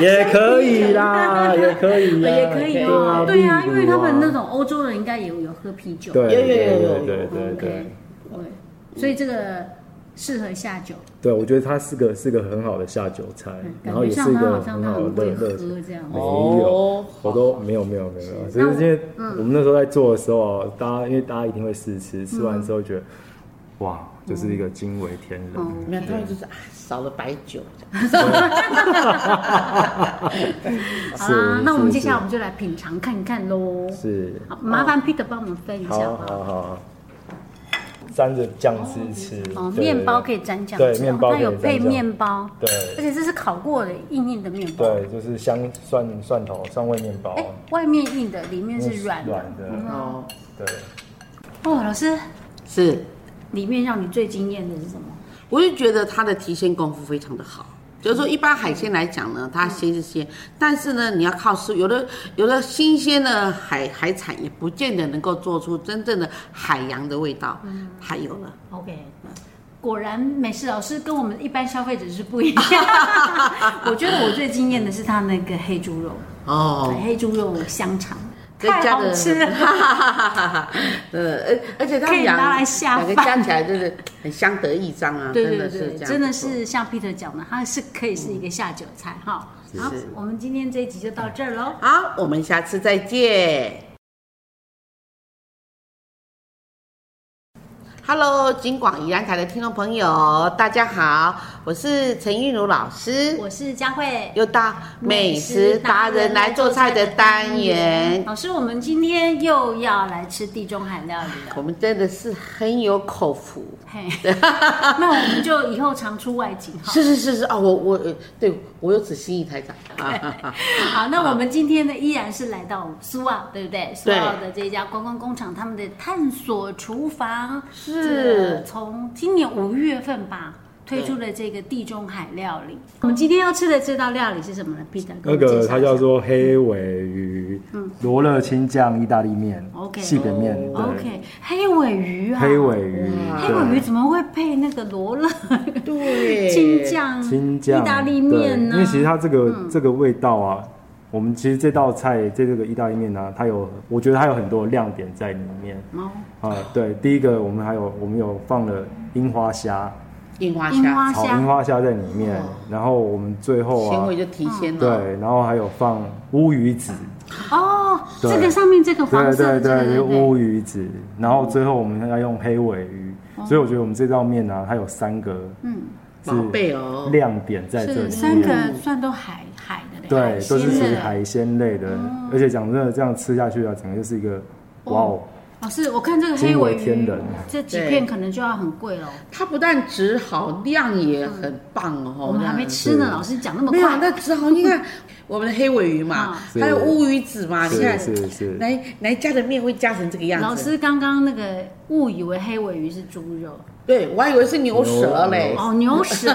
Speaker 3: 也可以啦，也可以呀、
Speaker 2: 嗯 也可以哦。
Speaker 3: 对
Speaker 2: 对啊，因为他们那
Speaker 3: 种
Speaker 2: 种欧洲人应该也有有喝啤酒。
Speaker 3: 对
Speaker 1: 有
Speaker 3: 对
Speaker 1: 有有有有
Speaker 3: 对对对
Speaker 2: OK，
Speaker 3: 对
Speaker 2: 对，所以这个适合下酒，
Speaker 3: 对，我觉得它是个是个很好的下酒菜，然
Speaker 2: 嗯感
Speaker 3: 后
Speaker 2: 觉
Speaker 3: 也是
Speaker 2: 像
Speaker 3: 一
Speaker 2: 他
Speaker 3: 个
Speaker 2: 好像
Speaker 3: 很
Speaker 2: 他
Speaker 3: 好
Speaker 2: 很
Speaker 3: 的
Speaker 2: 会
Speaker 3: 热热
Speaker 2: 喝这样。
Speaker 3: 没
Speaker 1: 哦
Speaker 3: 有，我都没有没有没有没有，只是因为
Speaker 2: 嗯
Speaker 3: 我们那时候在做的时候，啊大家因为大家一定会试吃，吃
Speaker 2: 嗯
Speaker 3: 完之后觉得哇，就是一个惊为天人。
Speaker 2: 哦
Speaker 1: 没有，他们就是啊，少了白酒。
Speaker 2: 好啦
Speaker 3: 是，
Speaker 2: 那我们
Speaker 3: 是
Speaker 2: 接下来
Speaker 3: 是
Speaker 2: 我们就来品尝看看喽。
Speaker 3: 是，
Speaker 2: 好，麻烦 Peter 帮我们分一下
Speaker 3: 好好好好，沾着酱汁吃
Speaker 2: 哦，
Speaker 3: 对
Speaker 2: 面包
Speaker 3: 对
Speaker 2: 可以沾酱
Speaker 3: 对
Speaker 2: 汁，
Speaker 3: 面包
Speaker 2: 哦它
Speaker 3: 可以
Speaker 2: 有
Speaker 3: 沾
Speaker 2: 配
Speaker 3: 酱
Speaker 2: 面包，
Speaker 3: 对
Speaker 2: 而且这是烤过的硬硬的面包。
Speaker 3: 对，就是香蒜蒜头蒜味面包
Speaker 2: 哎，，外面硬的，里面是软的。嗯
Speaker 3: 软的，
Speaker 1: 哦，
Speaker 3: 对，
Speaker 2: 哦，老师，
Speaker 1: 是，
Speaker 2: 里面让你最惊艳的是什么？
Speaker 1: 我就觉得他的提鲜功夫非常的好。就是说，一般海鲜来讲呢，它鲜是鲜，但是呢，你要靠师，有的有的新鲜的海海产也不见得能够做出真正的海洋的味道。还有了，
Speaker 2: OK，果然美食老师跟我们一般消费者是不一样。 我觉得我最惊艳的是他那个黑猪肉，
Speaker 1: 哦，
Speaker 2: 黑猪肉香肠，
Speaker 1: 再
Speaker 2: 太
Speaker 1: 加
Speaker 2: 好
Speaker 1: 的，
Speaker 2: 吃了。
Speaker 1: 哈哈哈哈哈！ 呃，而而且他
Speaker 2: 可以
Speaker 1: 们两
Speaker 2: 拿来下
Speaker 1: 两个
Speaker 2: 饭
Speaker 1: 加起来真的很相得益彰啊，
Speaker 2: 对
Speaker 1: 真
Speaker 2: 对
Speaker 1: 的是这
Speaker 2: 对，
Speaker 1: 样，
Speaker 2: 嗯真的是像 Peter 讲的，它是可以是一个下酒菜哈。
Speaker 3: 是
Speaker 2: 好
Speaker 3: 是，
Speaker 2: 我们今天这一集就到这儿喽。
Speaker 1: 好，我们下次再见。Hello，金广宜兰台的听众朋友，大家好，我是陈玉茹老师，
Speaker 2: 我是佳慧，
Speaker 1: 又到美食达人来做菜的单元，
Speaker 2: 老师，我们今天又要来吃地中海料 理了。
Speaker 1: 我们真的是很有口福。
Speaker 2: 嘿，那我们就以后常出外景哈。
Speaker 1: 是是是是哦，我我呃对我有此心意台长啊，
Speaker 2: 好，那我们今天呢，依然是来到苏澳，对不对？苏澳的这一家观光工厂，他们的探索厨房这个
Speaker 1: 是
Speaker 2: 从今年五月份吧。推出了这个地中海料理，我们今天要吃的这道料理是什么呢？Peter，给我
Speaker 3: 那
Speaker 2: 们介绍一
Speaker 3: 个
Speaker 2: 下
Speaker 3: 它叫做黑尾鱼罗勒青酱意大利面
Speaker 2: 嗯 OK 哦
Speaker 3: 细扁面，对
Speaker 2: OK 黑尾鱼啊，
Speaker 3: 黑尾鱼，
Speaker 1: 哇
Speaker 2: 黑尾鱼
Speaker 3: 对
Speaker 2: 怎么会配那个罗勒
Speaker 1: 对，
Speaker 2: 青酱、
Speaker 3: 青酱
Speaker 2: 意大利面啊嗯
Speaker 3: 对
Speaker 2: 呢？
Speaker 3: 因为其实它这个、这个味道啊，我们其实这道菜这这个意大利面呢、它有我觉得它有很多亮点在里面
Speaker 2: 哦
Speaker 3: 啊、对，第一个我们还有我们有放了樱花虾，
Speaker 1: 樱花
Speaker 2: 樱花
Speaker 1: 虾，
Speaker 3: 炒
Speaker 2: 啊虾哦
Speaker 3: 樱花虾在里面，然后我们最后
Speaker 1: 纤
Speaker 3: 啊
Speaker 1: 维，就提鲜
Speaker 3: 对
Speaker 1: 了，，
Speaker 3: 然后还有放乌鱼子，
Speaker 2: 哦，
Speaker 3: 对
Speaker 2: 这个上面这个黄
Speaker 3: 对
Speaker 2: 色的
Speaker 3: 对
Speaker 2: 这个
Speaker 3: 对，
Speaker 2: 哦对
Speaker 3: 就
Speaker 2: 不对
Speaker 3: 乌鱼子，然后最后我们要用黑尾鱼，
Speaker 2: 哦
Speaker 3: 所以我觉得我们这道面呢、啊它有三个嗯
Speaker 1: 宝贝哦，
Speaker 3: 亮点在这
Speaker 2: 是
Speaker 3: 里
Speaker 2: 三
Speaker 3: 面，
Speaker 2: 个算都海海的嘞，哦
Speaker 3: 对
Speaker 2: 海，
Speaker 3: 都
Speaker 2: 鲜
Speaker 3: 是属于
Speaker 2: 的。
Speaker 3: 海鲜类的，而且讲真的，这样吃下去啊，整个就是一个哇哦，
Speaker 2: 老师，我看这个黑
Speaker 3: 惊为
Speaker 2: 尾
Speaker 3: 天
Speaker 2: 鱼
Speaker 3: 人
Speaker 2: 这几
Speaker 1: 对
Speaker 2: 片可能就要很贵喽，
Speaker 1: 它不但值好，量也很棒哦，
Speaker 2: 我们还没吃呢，老师讲那么
Speaker 3: 啊
Speaker 1: 没有，
Speaker 2: 快，啊
Speaker 1: 那只好你 看我们的黑尾鱼嘛，
Speaker 3: 嗯
Speaker 1: 还有乌鱼子嘛，你看
Speaker 3: 是是是，
Speaker 1: 哪哪一家的面会加成这个样子？
Speaker 2: 老师刚刚那个误以为黑尾鱼是猪肉，
Speaker 1: 对我还以为是牛舌嘞，
Speaker 2: 哦，牛 舌，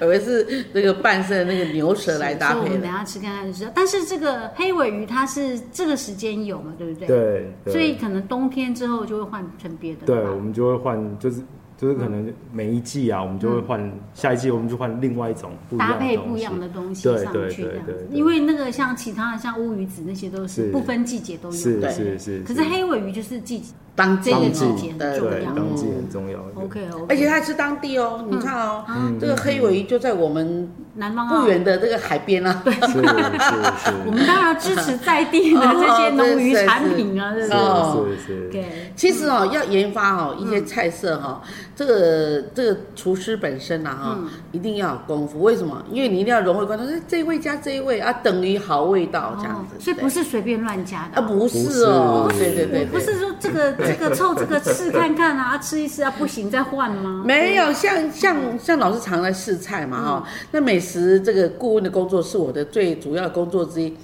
Speaker 1: 以为是那个半生的那个牛舌来搭
Speaker 2: 所以我
Speaker 1: 配
Speaker 2: 们
Speaker 1: 的
Speaker 2: 等。一下吃看看就知道。但是这个黑尾鱼它是这个时间有嘛，对不对？。
Speaker 3: 对，对
Speaker 2: 所以可能冬天之后就会换成别的
Speaker 3: 对，
Speaker 2: 了吧
Speaker 3: 我们就会换，就是就是可能每一季啊，我们就会换，下一季我们就换另外一种不一样
Speaker 2: 嗯搭
Speaker 3: 的
Speaker 2: 配
Speaker 3: 东
Speaker 2: 不一
Speaker 3: 西
Speaker 2: 样的东西
Speaker 3: 对
Speaker 2: 上
Speaker 3: 对
Speaker 2: 去这
Speaker 3: 对
Speaker 2: 样
Speaker 3: 对
Speaker 2: 子，
Speaker 3: 对
Speaker 2: 因为那个像其他的像乌鱼子那些都是
Speaker 3: 是
Speaker 2: 不分季节都有，
Speaker 3: 是
Speaker 2: 对
Speaker 3: 是是，
Speaker 2: 可是黑尾鱼就是季节
Speaker 1: 当季
Speaker 2: 这个
Speaker 3: 当
Speaker 2: 季
Speaker 3: 季
Speaker 2: 节很
Speaker 1: 对
Speaker 2: 重
Speaker 3: 对
Speaker 2: 要。
Speaker 3: 当季很重要。
Speaker 2: OK OK，
Speaker 1: 而且它是当地哦，你看哦，
Speaker 3: 嗯
Speaker 1: 这个黑尾鱼就在我们
Speaker 2: 南方
Speaker 1: 不
Speaker 2: 澳，
Speaker 1: 远的这个海边啊。
Speaker 3: 是是是
Speaker 2: 我们当然要支持在地的这些农渔产品啊，对 不
Speaker 1: 哦是
Speaker 2: 对
Speaker 1: 哦
Speaker 3: 是是是，
Speaker 2: ？OK，
Speaker 1: 其实
Speaker 2: 嗯
Speaker 1: 哦，要研发哦一些菜色哈、这个这个厨师本身呐、哈、
Speaker 2: 嗯
Speaker 1: 一定要有功夫。为什么？因为你一定要融会贯通，哎这一味加这一味啊，等于好味道这样子。
Speaker 2: 哦所以
Speaker 1: 对
Speaker 2: 不是随便乱加
Speaker 1: 啊，。
Speaker 2: 的
Speaker 1: 不是哦，
Speaker 3: 不是
Speaker 1: 对对对
Speaker 2: 我不
Speaker 1: 对。
Speaker 2: 是说这个这个凑这个试看看啊，啊吃一吃啊不行再换吗？
Speaker 1: 没有像像像老师常来试菜
Speaker 2: 嗯
Speaker 1: 嘛哈、那美食这个顾问的工作是我的最主要的工作之一。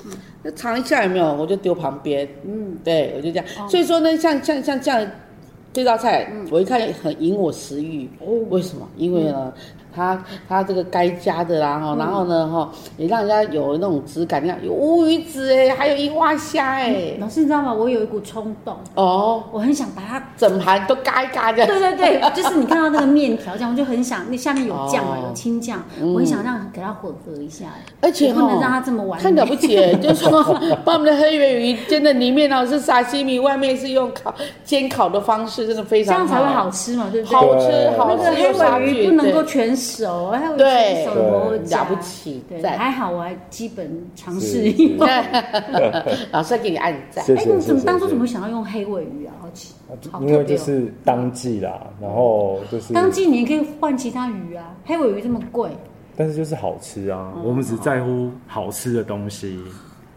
Speaker 1: 那尝一下有没有，我就丢旁边。嗯，对，我就这样。
Speaker 2: 哦
Speaker 1: 所以说呢，像像像这样这道菜，
Speaker 2: 嗯
Speaker 1: 我一看很引我食欲。
Speaker 2: 哦
Speaker 1: 为什么？因为
Speaker 2: 嗯
Speaker 1: 呢，它它这个该加的啦哈，然后呢哈，也让人家有那种质感。你看有乌鱼子哎，还有樱花虾哎，
Speaker 2: 老师你知道吗？我有一股冲动，
Speaker 1: 哦，
Speaker 2: 我很想把它
Speaker 1: 整盘都嘎一嘎这样。
Speaker 2: 对对对，就是你看到那个面条这样，我就很想那下面有酱嘛，
Speaker 1: 哦
Speaker 2: 有青酱，我很想让给它混合一下，
Speaker 1: 而且
Speaker 2: 不能
Speaker 1: 哈
Speaker 2: 让它这么完美。
Speaker 1: 看了不起， 就是说把我们的黑尾鱼煎的里面呢是沙西米，外面是用烤煎烤的方式，真的非
Speaker 2: 这
Speaker 1: 常
Speaker 2: 样才会好吃嘛，对不对？
Speaker 1: 好吃
Speaker 3: 对
Speaker 1: 好
Speaker 2: 那
Speaker 1: 吃
Speaker 2: 个黑
Speaker 1: 有杀
Speaker 2: 尾鱼
Speaker 1: 菌
Speaker 2: 不能够
Speaker 1: 对
Speaker 2: 全熟，还有
Speaker 1: 对
Speaker 2: 全熟的我
Speaker 3: 对
Speaker 1: 了不起
Speaker 2: 对，
Speaker 1: 赞
Speaker 2: 还好我还基本尝
Speaker 3: 是
Speaker 2: 试一下。
Speaker 1: 老师给你按赞。
Speaker 3: 谢
Speaker 2: 哎，
Speaker 3: 谢
Speaker 2: 你怎
Speaker 3: 谢
Speaker 2: 么
Speaker 3: 谢
Speaker 2: 当初
Speaker 3: 谢
Speaker 2: 怎么会想要用黑尾鱼啊？好奇，好
Speaker 3: 因
Speaker 2: 特
Speaker 3: 为
Speaker 2: 别
Speaker 3: 就
Speaker 2: 哦。
Speaker 3: 是当季啦，然后就是
Speaker 2: 当季你也可以换其他鱼啊，黑尾鱼这么贵，
Speaker 3: 但是就是好吃啊，
Speaker 2: 哦
Speaker 3: 我们只在乎好吃的东西，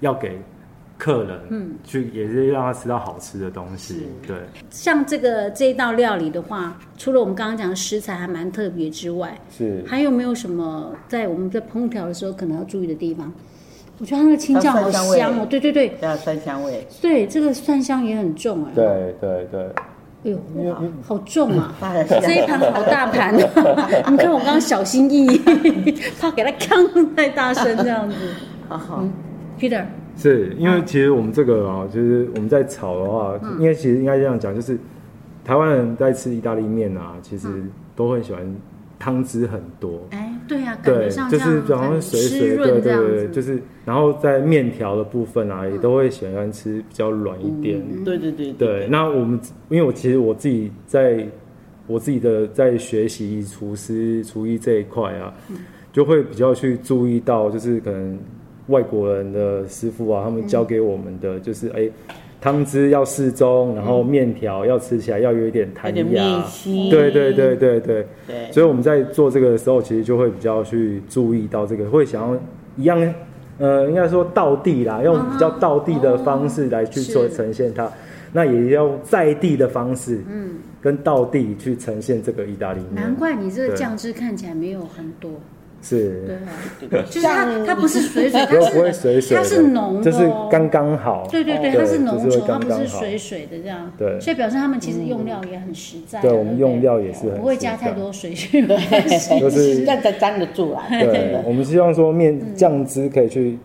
Speaker 3: 要给客人，嗯，去也是让他吃到好吃的东西，对，
Speaker 2: 像这个这一道料理的话，除了我们刚刚讲的食材还蛮特别之外，
Speaker 3: 是
Speaker 2: 还有没有什么在我们在烹调的时候可能要注意的地方？我觉得它那个青酱好
Speaker 1: 它蒜
Speaker 2: 香
Speaker 1: 香
Speaker 2: 哦
Speaker 1: 味，
Speaker 2: 对对对
Speaker 1: 要酸香味，
Speaker 2: 对，这个蒜香也很重哎，，
Speaker 3: 对对对，
Speaker 2: 哎呦，哇好重 啊！
Speaker 1: 大家
Speaker 2: 这一盘好大盘、啊 你看我刚刚小心翼 翼，怕给它扛太大声这样子。
Speaker 1: 好好，
Speaker 2: Peter，
Speaker 3: 是因为其实我们这个啊，就是我们在炒的话，
Speaker 2: 嗯
Speaker 3: 因为其实应该这样讲，就是台湾人在吃意大利面啊，其实
Speaker 2: 嗯
Speaker 3: 都会喜欢汤汁很多，
Speaker 2: 哎，对啊，感觉
Speaker 3: 对，
Speaker 2: 像
Speaker 3: 就
Speaker 2: 这
Speaker 3: 是
Speaker 2: 样
Speaker 3: 然后
Speaker 2: 很
Speaker 3: 水
Speaker 2: 湿
Speaker 3: 水，对
Speaker 2: 润这
Speaker 3: 对
Speaker 2: 样子，嗯
Speaker 3: 对，就是然后在面条的部分啊，也都会喜欢吃比较软一点，
Speaker 5: 嗯
Speaker 1: 对对对
Speaker 3: 对，那我们因为我其实我自己
Speaker 5: 嗯
Speaker 3: 在我自己的在学习厨师厨艺这一块啊，就会比较去注意到，就是可能外国人的师傅啊，他们教给我们
Speaker 5: 嗯
Speaker 3: 的就是哎。汤汁要适中，然后面条要吃起来要有一点弹
Speaker 5: 有点
Speaker 3: 牙
Speaker 5: 面，稀
Speaker 3: 对对对对对，
Speaker 5: 对
Speaker 3: 所以我们在做这个的时候，其实就会比较去注意到这个，会想要一样，呃，应该说道地啦，用比较道地的方式来去做
Speaker 2: 是
Speaker 3: 呈现它。那也要用在地的方式，嗯，跟道地去呈现这个意大利面。
Speaker 2: 难怪你这个
Speaker 3: 对
Speaker 2: 酱汁看起来没有很多，对
Speaker 3: 是，
Speaker 2: 啊，
Speaker 5: 对
Speaker 2: 就是它它不是水水，
Speaker 3: 不
Speaker 2: 它
Speaker 3: 会不会
Speaker 2: 是
Speaker 3: 水水的，
Speaker 2: 它是浓的
Speaker 3: 就
Speaker 2: 哦
Speaker 3: 是刚刚
Speaker 5: 哦
Speaker 3: 好。
Speaker 2: 对对对，
Speaker 3: 对
Speaker 2: 它是浓
Speaker 3: 就是
Speaker 2: 稠，它
Speaker 3: 会刚
Speaker 2: 不是
Speaker 3: 刚好
Speaker 2: 水水的这样，
Speaker 3: 对
Speaker 2: 所以表示他们其实
Speaker 5: 嗯
Speaker 2: 用料也很实在，
Speaker 3: 对
Speaker 2: 不
Speaker 3: 我们用料也是很
Speaker 2: 不会加
Speaker 3: 实在
Speaker 2: 太多水去把它
Speaker 3: 就
Speaker 5: 这
Speaker 3: 是
Speaker 5: 样才粘得住啦，真
Speaker 3: 对，
Speaker 5: 的
Speaker 3: 我们希望说面酱汁可以去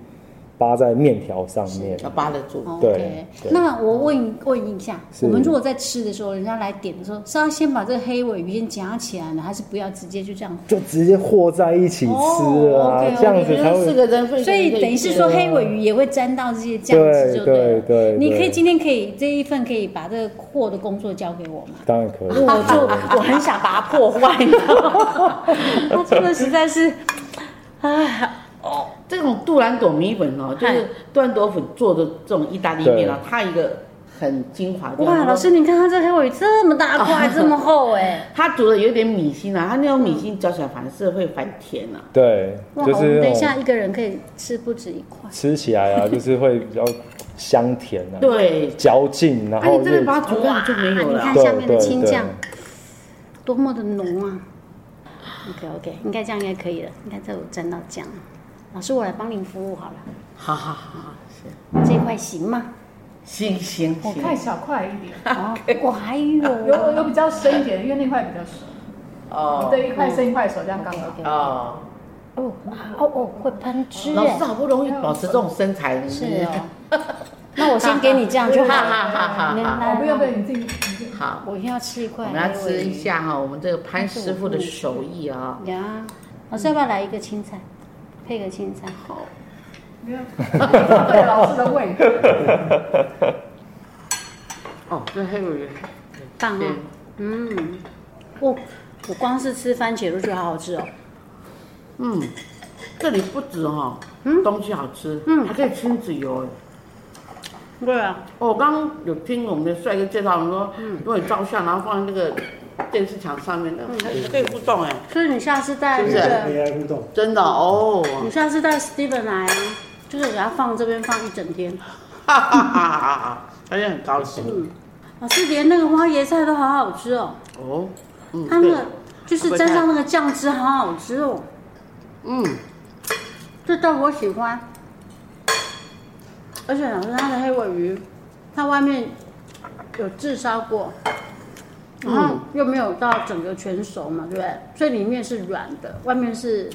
Speaker 3: 扒在面条上面。
Speaker 5: 要扒得住。
Speaker 3: 对
Speaker 2: 哦 OK，
Speaker 3: 对
Speaker 2: 那我问问一下，
Speaker 3: 是
Speaker 2: 我们如果在吃的时候，人家来点的时候，是要先把这个黑尾鱼先夹起来呢，还是不要直接就这样？
Speaker 3: 就直接和在一起吃了
Speaker 2: 哦
Speaker 3: 啊，
Speaker 2: ，OK，OK，
Speaker 3: 这样子
Speaker 5: 因
Speaker 3: 才
Speaker 5: 为四
Speaker 3: 会。
Speaker 5: 个人分，
Speaker 2: 所以等于是说，黑尾鱼也会沾到这些酱汁，就了。
Speaker 3: 对对对
Speaker 2: 你可以
Speaker 3: 对
Speaker 2: 今天可以这一份可以把这个货的工作交给我吗？
Speaker 3: 当然可
Speaker 2: 因为
Speaker 3: 以，
Speaker 2: 我 就我很想把它破坏，你知道吗它真的实在是，唉，
Speaker 5: 这种杜兰朵米粉哦，就是
Speaker 2: 嗨
Speaker 5: 杜兰朵粉做的这种意大利面啊，
Speaker 3: 对
Speaker 5: 它有一个很精华的。
Speaker 2: 哇，老师你看它这黑尾鱼这么大块，这么厚 哎，
Speaker 5: 它煮的有点米心啊，它那种米心嚼起来反而是会反甜啊。
Speaker 3: 对，
Speaker 2: 哇，
Speaker 3: 就
Speaker 2: 我
Speaker 3: 是
Speaker 2: 们等
Speaker 3: 那
Speaker 2: 一下
Speaker 3: 种
Speaker 2: 一个人可以吃不止一块。
Speaker 3: 吃起 来啊，就是会比较香甜啊，
Speaker 5: 对，
Speaker 3: 嚼劲，然
Speaker 5: 啊，
Speaker 3: 后
Speaker 5: 你真
Speaker 3: 又
Speaker 5: 的把它煮烂就没有
Speaker 2: 哇你
Speaker 5: 了
Speaker 2: 看。下面的青酱多么的浓啊！OK OK，应该这样应该可以了，应该这有沾到酱。老师，我来帮您服务好了，
Speaker 5: 好好好好，是
Speaker 2: 这一块行 吗？
Speaker 5: 行行
Speaker 6: 我看
Speaker 5: 行，
Speaker 6: 小块一点，
Speaker 2: 哦，我还
Speaker 6: 有有
Speaker 2: 有，哦
Speaker 6: 比较深一点，因为那块比较熟，
Speaker 5: 哦
Speaker 6: 这一块深一块熟，这样刚好。
Speaker 2: OK，OK
Speaker 5: 哦，
Speaker 2: 哦哦哦，会喷汁
Speaker 5: 老师
Speaker 2: 哎，
Speaker 5: 好不容易保持这种身材，
Speaker 2: 是
Speaker 5: 你
Speaker 2: 哦。那我先给你这样 就好
Speaker 5: 哈
Speaker 2: 了。
Speaker 5: 哈哈哈
Speaker 2: 没
Speaker 5: 哈哈。
Speaker 2: 啦
Speaker 6: 哦，不用不用，你自己你自己。
Speaker 5: 好，
Speaker 2: 我一定要吃一块
Speaker 5: 我
Speaker 2: 黑
Speaker 5: 们
Speaker 2: 尾鱼。
Speaker 5: 要吃一下哈，我们这个潘师傅的手艺啊。
Speaker 2: 呀。老师要不要来一个青菜，配个青菜？
Speaker 5: 好，
Speaker 6: 没有，对老师的胃。
Speaker 5: 哦，这黑尾鱼，
Speaker 2: 棒
Speaker 5: 对
Speaker 2: 哦，嗯，我我光是吃番茄都觉得好好吃哦。
Speaker 5: 嗯，这里不止哈，东西好吃，
Speaker 2: 嗯
Speaker 5: 还可以亲子游哎。
Speaker 2: 对啊，
Speaker 5: 哦，我刚刚有听我们的帅哥介绍，我们说
Speaker 2: 嗯
Speaker 5: 如果你照相，然后放在那个电视墙上面，那
Speaker 2: 嗯
Speaker 5: 还还可以互动哎，
Speaker 2: 所以你下次带那
Speaker 5: 是不是
Speaker 2: 个，
Speaker 7: AI 互动，
Speaker 5: 真的哦，
Speaker 2: 你下次带 Steven 来啊，就是给他放这边放一整天。
Speaker 5: 哈哈哈哈哈哈，他也很高兴
Speaker 2: 老师连那个花椰菜都好好吃哦，
Speaker 5: 哦，嗯，
Speaker 2: 他那
Speaker 5: 对
Speaker 2: 个，就是沾上那个酱汁好好吃哦，
Speaker 5: 嗯，
Speaker 2: 这道我喜欢。而且老师他的黑尾鱼，它外面有炙烧过，然
Speaker 5: 嗯
Speaker 2: 后又没有到整个全熟嘛，对不对？所以里面是软的，外面是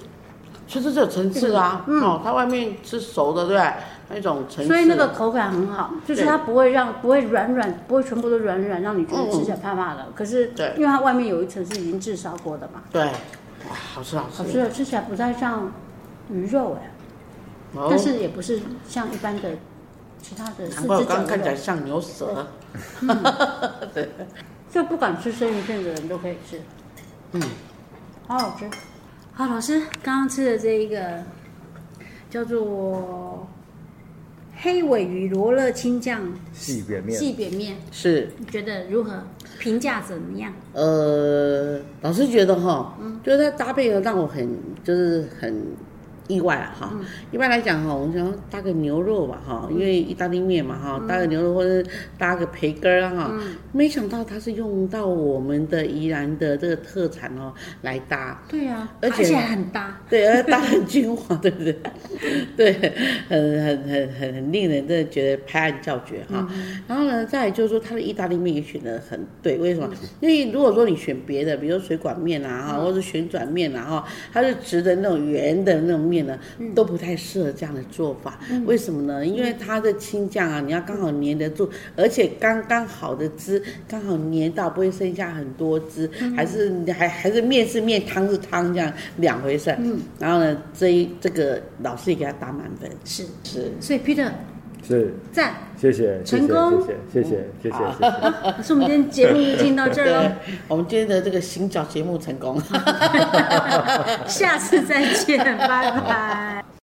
Speaker 5: 其实这有层次啊，
Speaker 2: 嗯
Speaker 5: 哦，他外面是熟的，对不对？那种层次，
Speaker 2: 所以那个口感很好，就是
Speaker 5: 对
Speaker 2: 它不会让不会软软，不会全部都软软，让你觉得吃起来怕怕的。可是
Speaker 5: 对
Speaker 2: 因为它外面有一层是已经炙烧过的嘛，
Speaker 5: 对，哇，好吃好吃，
Speaker 2: 好吃的吃起来不太像鱼肉哎、
Speaker 5: 哦
Speaker 2: 但是也不是像一般的其他的四
Speaker 5: 难怪我
Speaker 2: 只
Speaker 5: 刚
Speaker 2: 脚
Speaker 5: 刚看起来
Speaker 2: 肉，
Speaker 5: 像牛舌，对，
Speaker 2: 就不敢吃生鱼片的人都可以吃，
Speaker 5: 嗯，
Speaker 2: 好好吃。好，老师刚刚吃的这一个叫做黑尾鱼罗勒青酱
Speaker 3: 细扁面，
Speaker 2: 细扁面，
Speaker 5: 是。
Speaker 2: 你觉得如何？评价怎么样？
Speaker 5: 呃，老师觉得哈，就是它搭配的让我很就是很意外啊哈。一般来讲哈，我们想要搭个牛肉吧哈，因为意大利面嘛哈，搭个牛肉或者搭个培根儿啊哈，没想到它是用到我们的宜兰的这个特产哦来搭。
Speaker 2: 对呀、
Speaker 5: 而
Speaker 2: 而
Speaker 5: 且
Speaker 2: 且很搭。
Speaker 5: 对，而搭很精华，对不对？ 对，很很很很很令人真的觉得拍案叫绝哈。然后呢，再来就是说，它的意大利面也选的很对，为什么？因为如果说你选别的，比如说水管面啊哈，或者旋转面啊哈，它是直的那种圆的那种面呢，都不太适合这样的做法。为什么呢？因为它的青酱啊，你要刚好粘得住，而且刚刚好的汁刚好粘到，不会剩下很多汁，还是还还是面是面，汤是汤，这样两回事。嗯，然后呢，这一这个老师也给他打满分，
Speaker 2: 是，
Speaker 5: 是
Speaker 2: 所以 Peter，
Speaker 3: 是，
Speaker 2: 赞！
Speaker 3: 谢谢，谢谢
Speaker 2: 成功啊
Speaker 3: 谢谢，谢谢，谢谢，谢谢。
Speaker 2: 可呃是我们今天节目就进到这儿 喽，
Speaker 5: 对，我们今天的这个行脚节目成功。
Speaker 2: 下次再见，拜拜。